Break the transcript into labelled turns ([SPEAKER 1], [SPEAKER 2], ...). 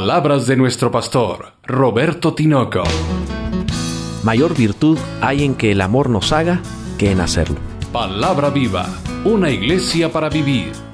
[SPEAKER 1] Palabras de nuestro pastor, Roberto Tinoco.
[SPEAKER 2] Mayor virtud hay en que el amor nos haga que en hacerlo.
[SPEAKER 1] Palabra viva, una iglesia para vivir.